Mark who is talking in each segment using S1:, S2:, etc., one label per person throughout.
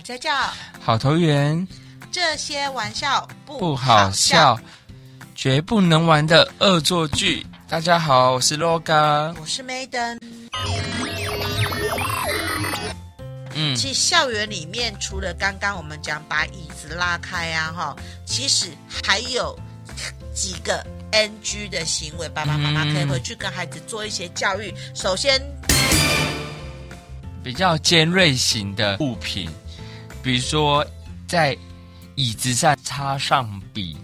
S1: 家教，
S2: 好投缘
S1: 这些玩笑不
S2: 不好笑，绝不能玩的恶作剧。大家好，我是 LOGA。
S1: 我是 Maiden。
S2: 嗯，
S1: 其实校园里面，除了刚刚我们讲把椅子拉开啊，哈，其实还有几个 NG 的行为，爸爸妈妈可以回去跟孩子做一些教育。首先，
S2: 比较尖锐型的物品，比如说在椅子上插上笔，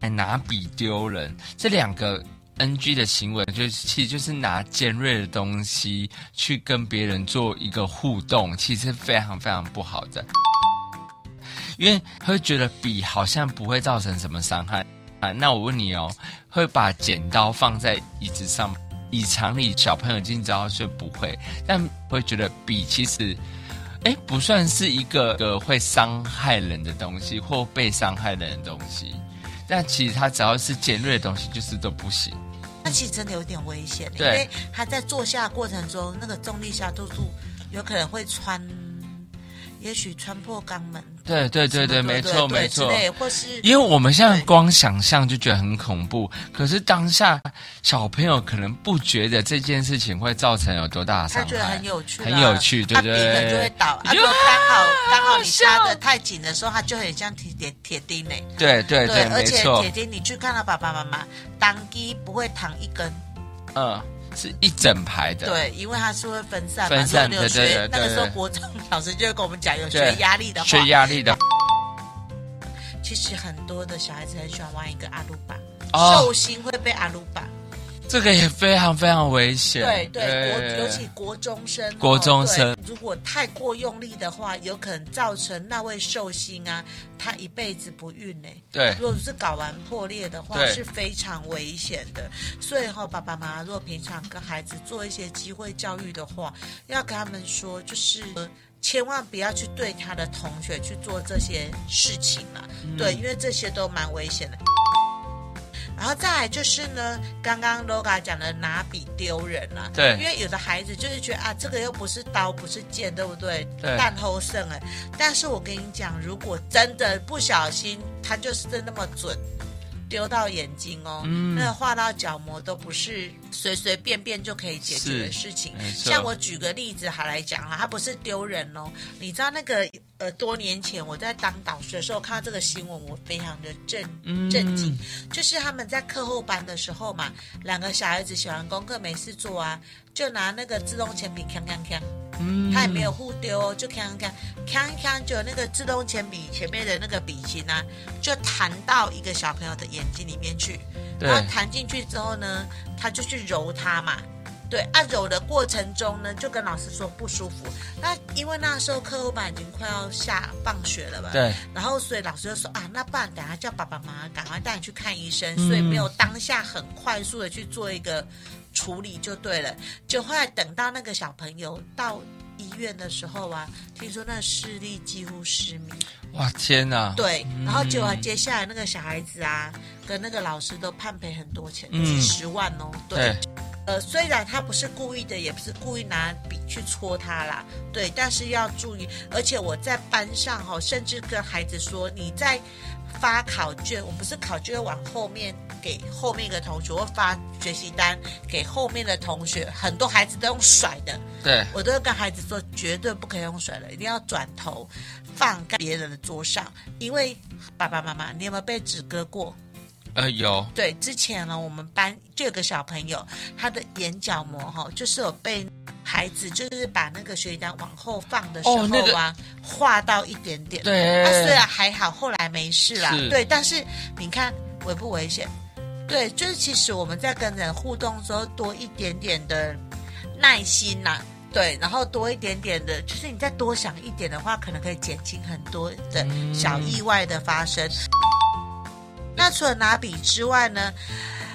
S2: 还拿笔丢人，这两个 NG 的行为，就是其实就是拿尖锐的东西去跟别人做一个互动，其实是非常非常不好的，因为会觉得笔好像不会造成什么伤害啊。那我问你哦，会把剪刀放在椅子上吗？以常理，小朋友已经知道是不会，但会觉得笔其实，哎，不算是一个个会伤害人的东西或被伤害人的东西。但其实它只要是尖锐的东西，就是都不行。
S1: 那其实真的有点危险，因
S2: 对
S1: 为他在坐下的过程中，那个重力下度数有可能会穿，也许穿破肛门。
S2: 对对对
S1: 什
S2: 对，
S1: 么
S2: 没错没错。
S1: 之类或是
S2: 因为我们现在
S1: 对
S2: 光想象就觉得很恐怖，可是当下小朋友可能不觉得这件事情会造成有多大的伤
S1: 他
S2: 害，
S1: 觉得很有趣啦，
S2: 很有趣，对
S1: 他
S2: 不
S1: 笔
S2: 对？
S1: 可能就会倒。啊，
S2: 就
S1: 如果刚好刚好你
S2: 笑
S1: 扎的太紧的时候，它就很像铁铁铁钉嘞。
S2: 对对对，
S1: 而
S2: 没
S1: 且
S2: 错
S1: 铁。钉你去看到爸爸妈妈，当机不会躺一根，
S2: 嗯，是一整排的。
S1: 对，因为它是会分散嘛。
S2: 分散
S1: 如果你有
S2: 对对
S1: 学
S2: 对对
S1: 那个时候
S2: 对
S1: 国中老师就会跟我们讲，有
S2: 对
S1: 学压力的话，
S2: 学压力的
S1: 其实很多的小孩子很喜欢玩一个阿鲁巴，
S2: 哦
S1: 寿星会被阿鲁巴。
S2: 这个也非常非常危险。
S1: 对对，国尤其国中生哦，
S2: 国中生
S1: 对如果太过用力的话，有可能造成那位寿星啊，他一辈子不孕呢、
S2: 对
S1: 如果是睾丸破裂的话，
S2: 对
S1: 是非常危险的。所以哈、爸爸妈妈如果平常跟孩子做一些机会教育的话，要跟他们说，就是。呃千万不要去对他的同学去做这些事情了，对，因为这些都蛮危险的。然后再来就是呢，刚刚 LOGA 讲的拿笔丢人啊，
S2: 对
S1: 因为有的孩子就是觉得啊，这个又不是刀，不是剑，对不对？
S2: 对
S1: 蛋后剩哎，但是我跟你讲，如果真的不小心，他就是那么准。丢到眼睛哦，
S2: 嗯
S1: 那个画到角膜都不是随随便便就可以解决的
S2: 是
S1: 事情。
S2: 没错
S1: 像我举个例子还来讲啊，他不是丢人哦，你知道那个呃，多年前我在当导师的时候看到这个新闻，我非常的震
S2: 嗯
S1: 震惊。就是他们在课后班的时候嘛，两个小孩子写完功课没事做啊，就拿那个自动铅笔锵锵锵，
S2: 嗯
S1: 他也没有互丢哦，就锵锵锵锵锵，就那个自动铅笔前面的那个笔芯啊，就弹到一个小朋友的眼睛里面去。
S2: 对
S1: 然后弹进去之后呢，他就去揉它嘛。对，按、揉的过程中呢，就跟老师说不舒服。那因为那时候课后班已经快要下放学了吧？。
S2: 对
S1: 然后，所以老师就说啊，那不然等下叫爸爸妈妈赶快带你去看医生，
S2: 嗯
S1: 所以没有当下很快速的去做一个处理就对了。就后来等到那个小朋友到医院的时候啊，听说那视力几乎失明。
S2: 哇天哪！
S1: 对，
S2: 嗯
S1: 然后结果接下来那个小孩子啊，跟那个老师都判赔很多钱，
S2: 嗯
S1: 几十万哦。
S2: 对，
S1: 呃，虽然他不是故意的，也不是故意拿笔去戳他啦，对，但是要注意。而且我在班上哈、哦，甚至跟孩子说，你在发考卷，我们不是考卷往后面给后面一个同学，或发学习单给后面的同学，很多孩子都用甩的，
S2: 对
S1: 我都会跟孩子说，绝对不可以用甩了，一定要转头放在别人的桌上，因为爸爸妈妈，你有没有被纸割过？
S2: 呃有
S1: 对，之前呢，我们班就有个小朋友，他的眼角膜哈、就是有被孩子就是把那个学习单往后放的时候啊，
S2: 哦那个
S1: 画到一点点。
S2: 对
S1: 啊，虽然还好，后来没事啦。
S2: 哎是
S1: 对，但是你看危不危险？对，就是其实我们在跟人互动的时候，多一点点的耐心呐、对，然后多一点点的，就是你再多想一点的话，可能可以减轻很多的小意外的发生。那除了拿笔之外呢，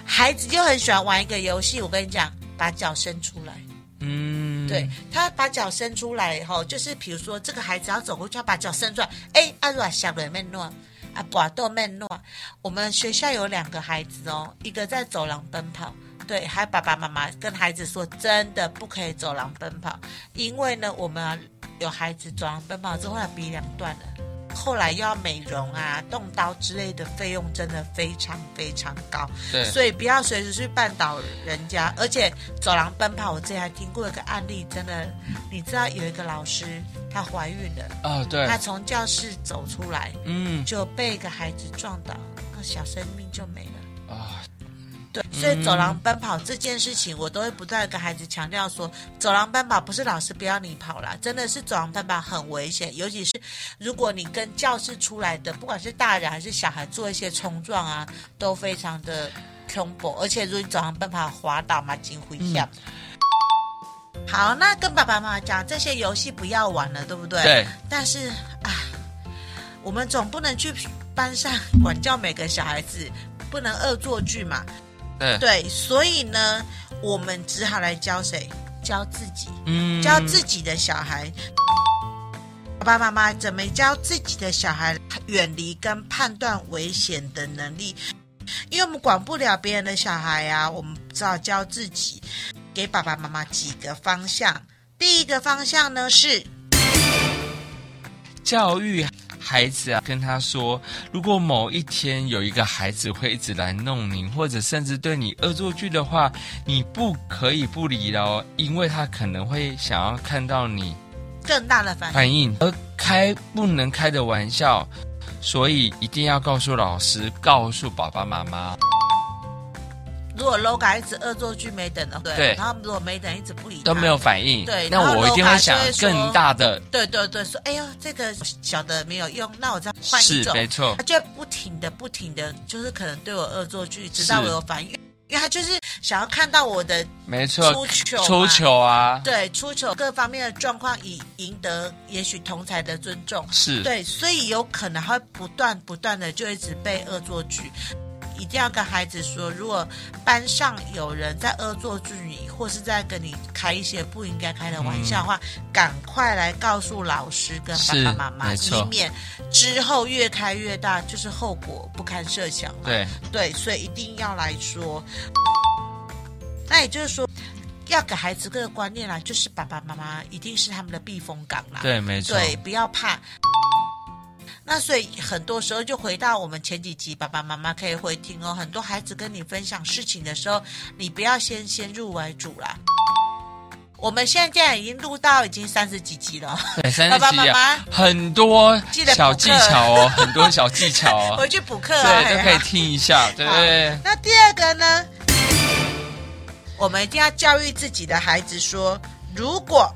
S1: 孩子就很喜欢玩一个游戏，我跟你讲，把脚伸出来。
S2: 嗯
S1: 对他把脚伸出来以后，就是比如说这个孩子要走过去，他把脚伸出来，哎，阿软小软面诺，啊，寡豆面诺。我们学校有两个孩子哦，一个在走廊奔跑。对，还有爸爸妈妈跟孩子说，真的不可以走廊奔跑，因为呢，我们啊有孩子装奔跑车，后来鼻梁断了，后来又要美容啊、动刀之类的费用真的非常非常高，
S2: 对，
S1: 所以不要随时去绊倒人家。而且走廊奔跑，我之前还听过一个案例，真的，你知道有一个老师她怀孕了，
S2: 啊、对，
S1: 她从教室走出来
S2: 嗯
S1: 就被一个孩子撞倒，那小生命就没了。
S2: 啊、
S1: 对，所以走廊奔跑这件事情，我都会不断地跟孩子强调说，走廊奔跑不是老师不要你跑啦，真的是走廊奔跑很危险，尤其是如果你跟教室出来的，不管是大人还是小孩做一些冲撞啊，都非常的恐怖。而且如果你走廊奔跑滑倒嘛，惊回跳。好，那跟爸爸妈妈讲，这些游戏不要玩了，对不对？
S2: 对，
S1: 但是啊，我们总不能去班上管教每个小孩子，不能恶作剧嘛。
S2: 对，
S1: 对，所以呢，我们只好来教谁？教自己，
S2: 嗯，
S1: 教自己的小孩。爸爸妈妈怎么教自己的小孩远离跟判断危险的能力？因为我们管不了别人的小孩啊，我们只好教自己。给爸爸妈妈几个方向。第一个方向呢是
S2: 教育孩子啊，跟他说，如果某一天有一个孩子会一直来弄你，或者甚至对你恶作剧的话，你不可以不理了哦，因为他可能会想要看到你
S1: 更大的反应，
S2: 反应，而开不能开的玩笑，所以一定要告诉老师，告诉爸爸妈妈。
S1: 如果 LOGA 一直恶作剧没等的，对，
S2: 对
S1: 然后如果没等一直不理他，
S2: 都没有反应，
S1: 对然
S2: 那
S1: 后
S2: 我一定会想
S1: 老板就会说
S2: 更大的
S1: 对对对，说哎呦，这个小的没有用，那我再换一
S2: 是
S1: 种。
S2: 没错
S1: 他，就会不停的、不停的，就是可能对我恶作剧，直到
S2: 是
S1: 我有反应，因为他就是想要看到我的
S2: 没错，
S1: 出糗嘛，
S2: 出糗啊，
S1: 对出糗各方面的状况，以赢得也许同才的尊重。
S2: 是，
S1: 对，所以有可能他会不断不断的就一直被恶作剧。一定要跟孩子说，如果班上有人在恶作剧你，或是在跟你开一些不应该开的玩笑的话，赶快来告诉老师跟
S2: 嗯是
S1: 爸爸妈妈，
S2: 没错
S1: 以免之后越开越大，就是后果不堪设想嘛。
S2: 对，
S1: 对，所以一定要来说。那也就是说，要给孩子这个观念啦，就是爸爸妈妈一定是他们的避风港啦。
S2: 对，没错，
S1: 对，不要怕。那所以很多时候就回到我们前几集，爸爸妈妈可以回听哦。很多孩子跟你分享事情的时候，你不要先先入为主啦。我们现在已经录到已经三十几集了，
S2: 对，三
S1: 爸
S2: 十
S1: 爸
S2: 集
S1: 妈
S2: 啊，
S1: 妈
S2: 很多
S1: 记得补
S2: 小技
S1: 课
S2: 巧哦，很多小技巧 哦
S1: 回，去补课啊，
S2: 对，都可
S1: 嘿
S2: 以
S1: 啊
S2: 听一下，对
S1: 好那第二个呢？我们一定要教育自己的孩子说，如果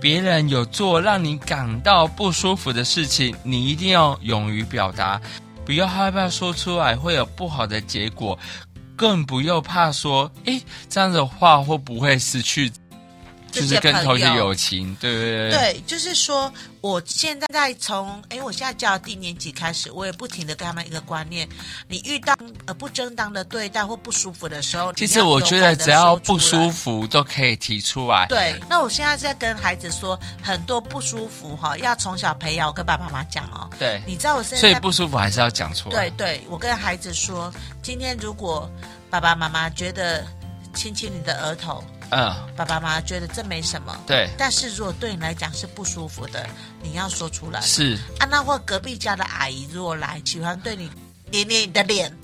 S2: 别人有做让你感到不舒服的事情，你一定要勇于表达，不要害怕说出来会有不好的结果，更不要怕说，诶，这样的话会不会失去，
S1: 这
S2: 就
S1: 些
S2: 是跟同学
S1: 朋友
S2: 友情，对对对，
S1: 对，就是说，我现在从诶，我现在教低年级开始，我也不停的跟他们一个观念：你遇到呃不正当的对待或不舒服的时候，
S2: 其实我觉得只要不舒
S1: 服，
S2: 服都可以提出来，
S1: 对。那我现在在跟孩子说，很多不舒服哈、要从小培养。我跟爸爸妈妈讲哦，
S2: 对，
S1: 你知道我现在
S2: 所以不舒服还是要讲出
S1: 对，
S2: 来
S1: 对，我跟孩子说，今天如果爸爸妈妈觉得亲亲你的额头，
S2: 嗯，
S1: 爸爸妈妈觉得这没什么，
S2: 对，
S1: 但是如果对你来讲是不舒服的，你要说出来。
S2: 是，
S1: 啊，那或隔壁家的阿姨如果来，喜欢对你捏捏你的脸，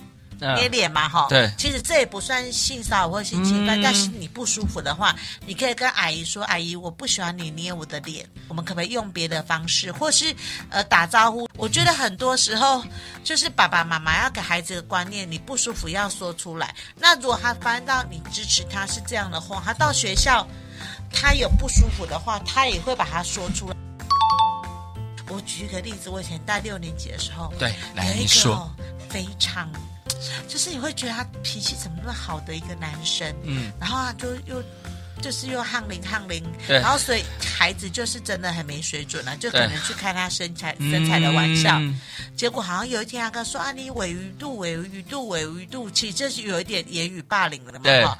S2: 嗯，
S1: 捏脸嘛哈。
S2: 对
S1: 其实这也不算性骚扰或性侵犯，
S2: 嗯
S1: 但是你不舒服的话，你可以跟阿姨说：“阿姨，我不喜欢你捏我的脸，我们可不可以用别的方式，或是呃打招呼？”我觉得很多时候就是爸爸妈妈要给孩子的观念，你不舒服要说出来。那如果他发现到你支持他是这样的话，他到学校他有不舒服的话，他也会把它说出来。我举一个例子，我以前带六年级的时候，
S2: 对，来
S1: 有一
S2: 你
S1: 个
S2: 说，
S1: 哦非常，就是你会觉得他脾气怎么那么好的一个男生，
S2: 嗯，
S1: 然后他就又就是又汗淋汗淋，
S2: 对
S1: 然后所以孩子就是真的很没水准啊，就可
S2: 对
S1: 能去开他身材身材的玩笑，
S2: 嗯
S1: 结果好像有一天他跟他说啊，你尾鱼肚、尾鱼肚、尾鱼肚，其实这是有一点言语霸凌了嘛，
S2: 对
S1: 哈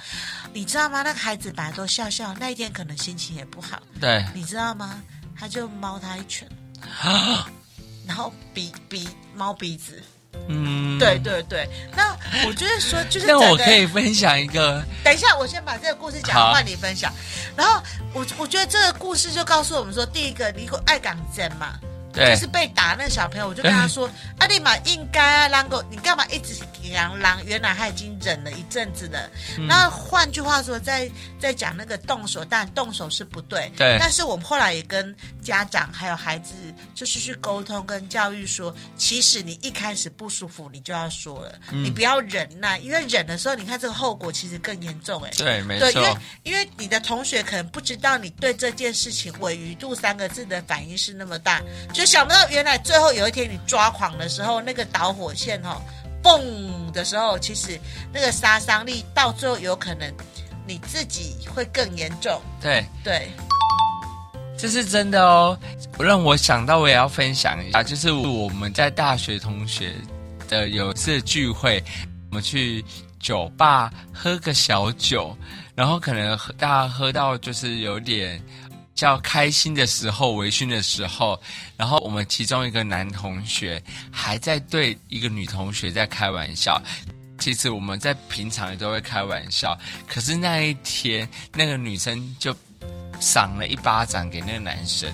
S1: 你知道吗？那个孩子本来都笑笑，那一天可能心情也不好，
S2: 对，
S1: 你知道吗？
S2: 啊
S1: 他就猫他一拳，然后鼻鼻猫鼻子，
S2: 嗯，
S1: 对。对对，那我觉得说就是
S2: 那我
S1: 整个
S2: 可以分享一个，
S1: 等一下，我先把这个故事讲
S2: 好
S1: 完，换你分享。然后我我觉得这个故事就告诉我们说，第一个，你爱港真嘛，
S2: 对
S1: 就是被打那小朋友，我就跟他说，啊，你嘛应该啊，狼狗，你干嘛一直养狼？原来他已经忍了一阵子了。
S2: 嗯
S1: 那换句话说，在在讲那个动手，但动手是不对。
S2: 对
S1: 但是我们后来也跟家长还有孩子，就是去沟通跟教育说，其实你一开始不舒服，你就要说了，
S2: 嗯
S1: 你不要忍耐，因为忍的时候，你看这个后果其实更严重哎、
S2: 对，没
S1: 对，因为
S2: 错，
S1: 因为你的同学可能不知道你对这件事情“尾鱼肚”三个字的反应是那么大，就想不到原来最后有一天你抓狂的时候，那个导火线哦，蹦的时候，其实那个杀伤力到最后有可能你自己会更严重。
S2: 对，
S1: 对，
S2: 这是真的哦。让我想到，我也要分享一下，就是我们在大学同学的有一次聚会，我们去酒吧喝个小酒，然后可能喝大家喝到就是有点比较开心的时候，微醺的时候，然后我们其中一个男同学还在对一个女同学在开玩笑。其实我们在平常也都会开玩笑，可是那一天那个女生就赏了一巴掌给那个男生，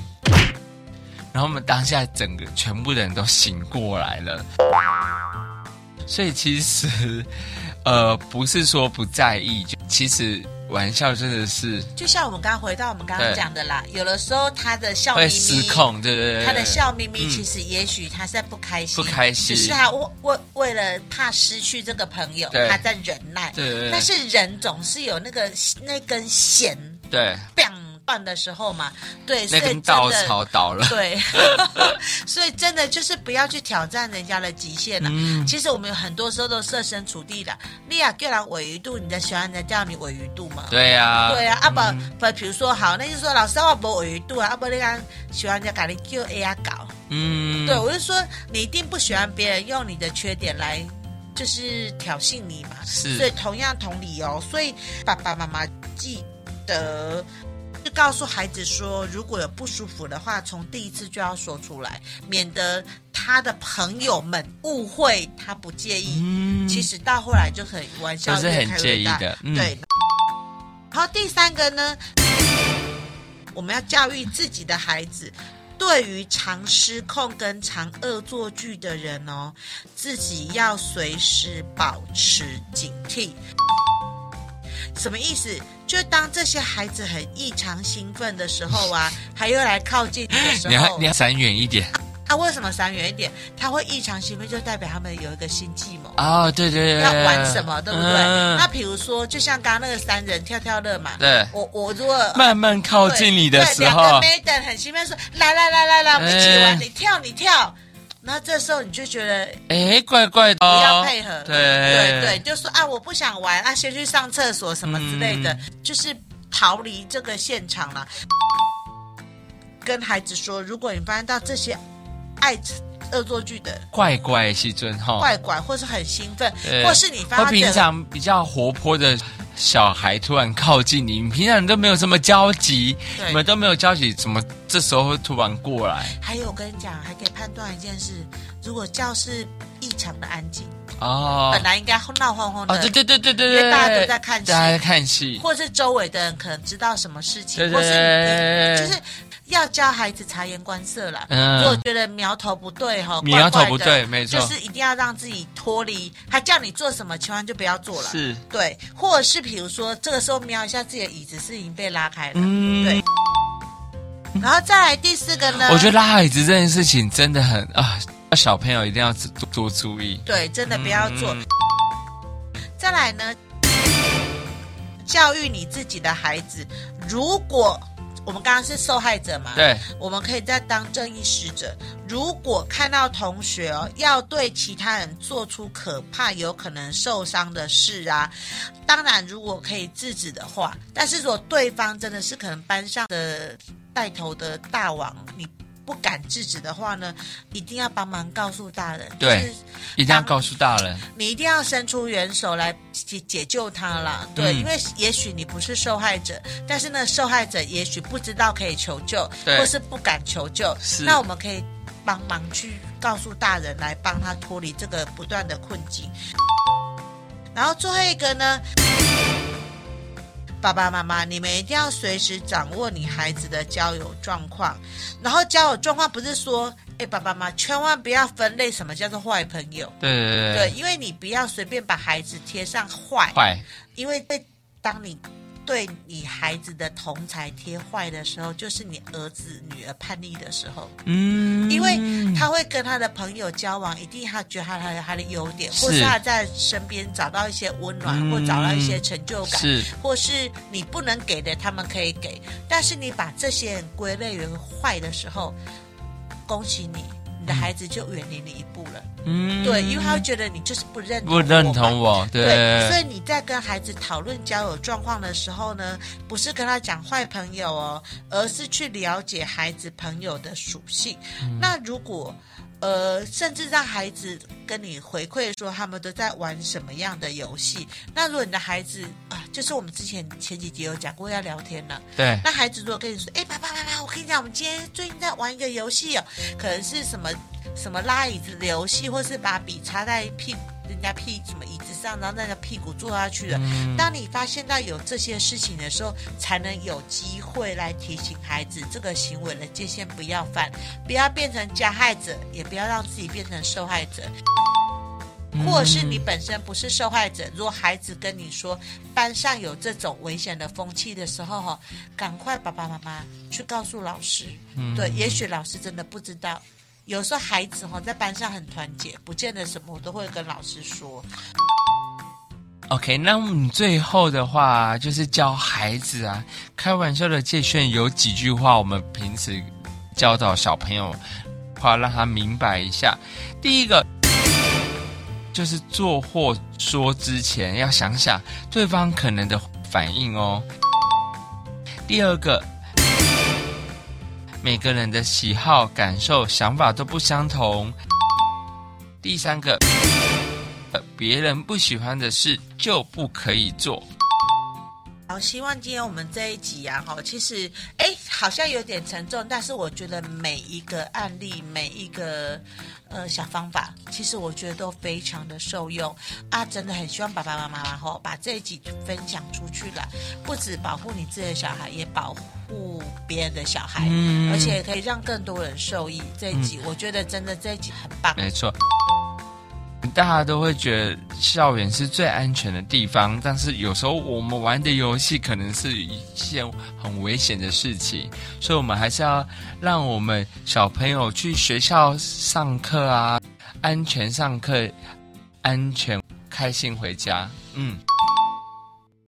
S2: 然后我们当下整个全部的人都醒过来了。所以其实，呃，不是说不在意，就其实玩笑真的是
S1: 就像我们刚刚回到我们刚刚
S2: 对
S1: 讲的啦，有的时候他的笑眯
S2: 会
S1: 眯
S2: 失控，对对对，
S1: 他的笑眯眯，
S2: 嗯
S1: 其实也许他是在不开心，
S2: 不开心
S1: 只是他为为为了怕失去这个朋友，
S2: 对
S1: 他在忍耐。
S2: 对对对
S1: 但是人总是有那个那根弦
S2: 对，
S1: ，bang 断的时候嘛，对，所
S2: 那
S1: 以真
S2: 根
S1: 的
S2: 稻草倒了，
S1: 对， 所以真的就是不要去挑战人家的极限了、啊
S2: 嗯
S1: 其实我们有很多时候都设身处地的。你亚叫人尾鱼肚，你的喜欢人家叫你尾鱼肚吗？
S2: 对呀，
S1: 对啊，啊不
S2: 嗯
S1: 不，比如说好，那就说老师我无尾鱼肚啊，啊不你讲喜欢人家给你叫 A 啊搞。
S2: 嗯，
S1: 对，我就说你一定不喜欢别人用你的缺点来，就是挑衅你嘛。
S2: 是
S1: 所以同样同理哦，所以爸爸妈妈记得。就告诉孩子说，如果有不舒服的话，从第一次就要说出来，免得他的朋友们误会他不介意。
S2: 嗯，
S1: 其实到后来就很玩笑，
S2: 都是很
S1: 越开越
S2: 介意
S1: 大
S2: 的嗯
S1: 对。然后第三个呢，我们要教育自己的孩子，对于常失控跟常恶作剧的人哦，自己要随时保持警惕。什么意思？就当这些孩子很异常兴奋的时候 啊，还要来靠近你的时候，
S2: 你要你要闪远一点
S1: 他为什么闪远一点？他会异常兴奋，就代表他们有一个新计谋。
S2: 哦，对对对，
S1: 要玩什么，对不啊对？
S2: 嗯
S1: 那比如说，就像刚刚那个三人跳跳乐嘛，
S2: 对
S1: 我我如果
S2: 慢慢靠近你的时
S1: 对两
S2: 候
S1: 个，maiden 很兴奋说来来来来来，我们一起
S2: 哎
S1: 玩，你跳你跳，然后这时候你就觉得
S2: 哎，怪怪的
S1: 不
S2: 哦，
S1: 要配合，
S2: 对
S1: 对对，就说啊我不想玩，啊先去上厕所什么之类的，
S2: 嗯
S1: 就是逃离这个现场了。跟孩子说，如果你发现到这些爱恶作剧的
S2: 怪怪的时阵哈，
S1: 怪怪，或是很兴奋，
S2: 哦对
S1: 或是你发
S2: 或
S1: 现他
S2: 平
S1: 整
S2: 常比较活泼的小孩突然靠近你，你平常都没有什么交集，
S1: 对
S2: 你们都没有交集，怎么这时候会突然过来
S1: 还有，我跟你讲，还可以判断一件事：如果教室异常的安静，
S2: 哦
S1: 本来应该闹哄哄的，
S2: 哦，对对对对对
S1: 因
S2: 对，
S1: 为大家都在看戏
S2: 大家在看戏，
S1: 或是周围的人可能知道什么事情，
S2: 对
S1: 或
S2: 对
S1: 是
S2: 对
S1: 你就是要教孩子察言观色啦。
S2: 嗯
S1: 如果觉得苗头不对哈，怪
S2: 苗头
S1: 怪的
S2: 不对没错
S1: 就是一定要让自己脱离。他叫你做什么，千万就不要做了。
S2: 是，
S1: 对，或者是比如说这个时候瞄一下自己的椅子是已经被拉开了，
S2: 嗯
S1: 对。然后再来第四个呢，
S2: 我觉得拉孩子这件事情真的很啊，小朋友一定要多多注意，
S1: 对，真的不要做。
S2: 嗯
S1: 再来呢，教育你自己的孩子，如果我们刚刚是受害者嘛，，
S2: 对，
S1: 我们可以再当正义使者。如果看到同学哦，要对其他人做出可怕、有可能受伤的事啊，当然如果可以制止的话，但是如果对方真的是可能班上的带头的大王，你。不敢制止的话呢，一定要帮忙告诉大人。
S2: 对
S1: 就是
S2: 一定要告诉大人，
S1: 你一定要伸出援手来解解救他啦，对，
S2: 嗯
S1: 因为也许你不是受害者，但是呢，受害者也许不知道可以求救，
S2: 对
S1: 或是不敢求救
S2: 是，
S1: 那我们可以帮忙去告诉大人来帮他脱离这个不断的困境。然后最后一个呢，爸爸妈妈，你们一定要随时掌握你孩子的交友状况。然后交友状况不是说，哎，爸爸妈妈千万不要分类什么叫做坏朋友，
S2: 对对
S1: 对，
S2: 对，
S1: 因为你不要随便把孩子贴上坏，
S2: 坏，
S1: 因为在当你对你孩子的同才贴坏的时候，就是你儿子女儿叛逆的时候，
S2: 嗯，
S1: 因为他会跟他的朋友交往，一定他觉得他他他的优点，
S2: 是
S1: 或是他在身边找到一些温暖，
S2: 嗯
S1: 或找到一些成就感。
S2: 是
S1: 或是你不能给的，他们可以给，但是你把这些人归类为坏的时候，恭喜你，你的孩子就远离你一步了。
S2: 嗯，
S1: 对，因为他会觉得你就是不认同
S2: 不认
S1: 我嘛
S2: 同我，
S1: 所以你在跟孩子讨论交友状况的时候呢，不是跟他讲坏朋友哦，而是去了解孩子朋友的属性。
S2: 嗯
S1: 那如果呃，甚至让孩子跟你回馈说他们都在玩什么样的游戏。那如果你的孩子啊，就是我们之前前几集有讲过要聊天了、
S2: 对，
S1: 那孩子如果跟你说：“哎、爸爸妈妈，我跟你讲，我们今天最近在玩一个游戏哦，可能是什么什么拉椅子的游戏，或是把笔插在屁人家屁什么椅子上，然后那个屁股坐下去的。
S2: 嗯
S1: 当你发现到有这些事情的时候，才能有机会来提醒孩子这个行为的界限不要犯，不要变成加害者，也不要让自己变成受害者。或者是你本身不是受害者，如果孩子跟你说班上有这种危险的风气的时候，哈，赶快爸爸妈妈去告诉老师。
S2: 嗯
S1: 对，也许老师真的不知道。有时候孩子哈在班上很团结，不见得什么我都会跟老师说。
S2: OK，那我们最后的话就是教孩子啊，开玩笑的界限有几句话，我们平时教导小朋友的话，让他明白一下。第一个就是做或说之前要想想对方可能的反应哦。第二个，每个人的喜好、感受、想法都不相同。第三个，呃别人不喜欢的事就不可以做。
S1: 好，希望今天我们这一集啊，哈，其实哎好像有点沉重，但是我觉得每一个案例，每一个呃小方法，其实我觉得都非常的受用啊！真的很希望爸爸妈妈然后把这一集分享出去了，不止保护你自己的小孩，也保护别人的小孩，
S2: 嗯
S1: 而且可以让更多人受益。这一集、我觉得真的这一集很棒。
S2: 没错，大家都会觉得校园是最安全的地方，但是有时候我们玩的游戏可能是一件很危险的事情，所以我们还是要让我们小朋友去学校上课啊，安全上课，安全开心回家。嗯，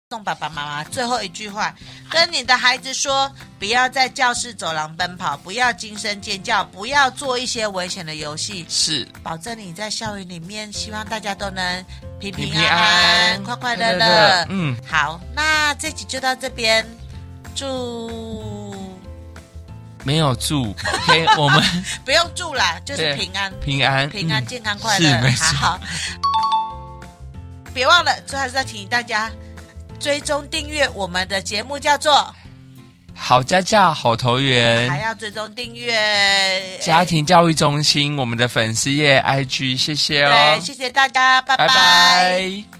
S1: 送爸爸妈妈最后一句话，跟你的孩子说，不要在教室走廊奔跑，不要惊声尖叫，不要做一些危险的游戏。
S2: 是。
S1: 保证你在校园里面，希望大家都能平
S2: 平
S1: 平
S2: 平
S1: 安安、
S2: 安安，
S1: 快快乐
S2: 快
S1: 乐。
S2: 嗯，
S1: 好，那这集就到这边，祝
S2: 没有住，OK，我们
S1: 不用祝啦，就是
S2: 对
S1: 平安、
S2: 平安，
S1: 平安、
S2: 嗯
S1: 健康、快
S2: 是
S1: 乐
S2: 没。错
S1: 好，别忘了，最后还是要提醒大家追踪订阅我们的节目，叫做。
S2: 好家教，好投缘
S1: 还。要追踪订阅
S2: 家庭教育中心，我们的粉丝页 IG，谢谢哦，
S1: 对，谢谢大家，拜
S2: 拜拜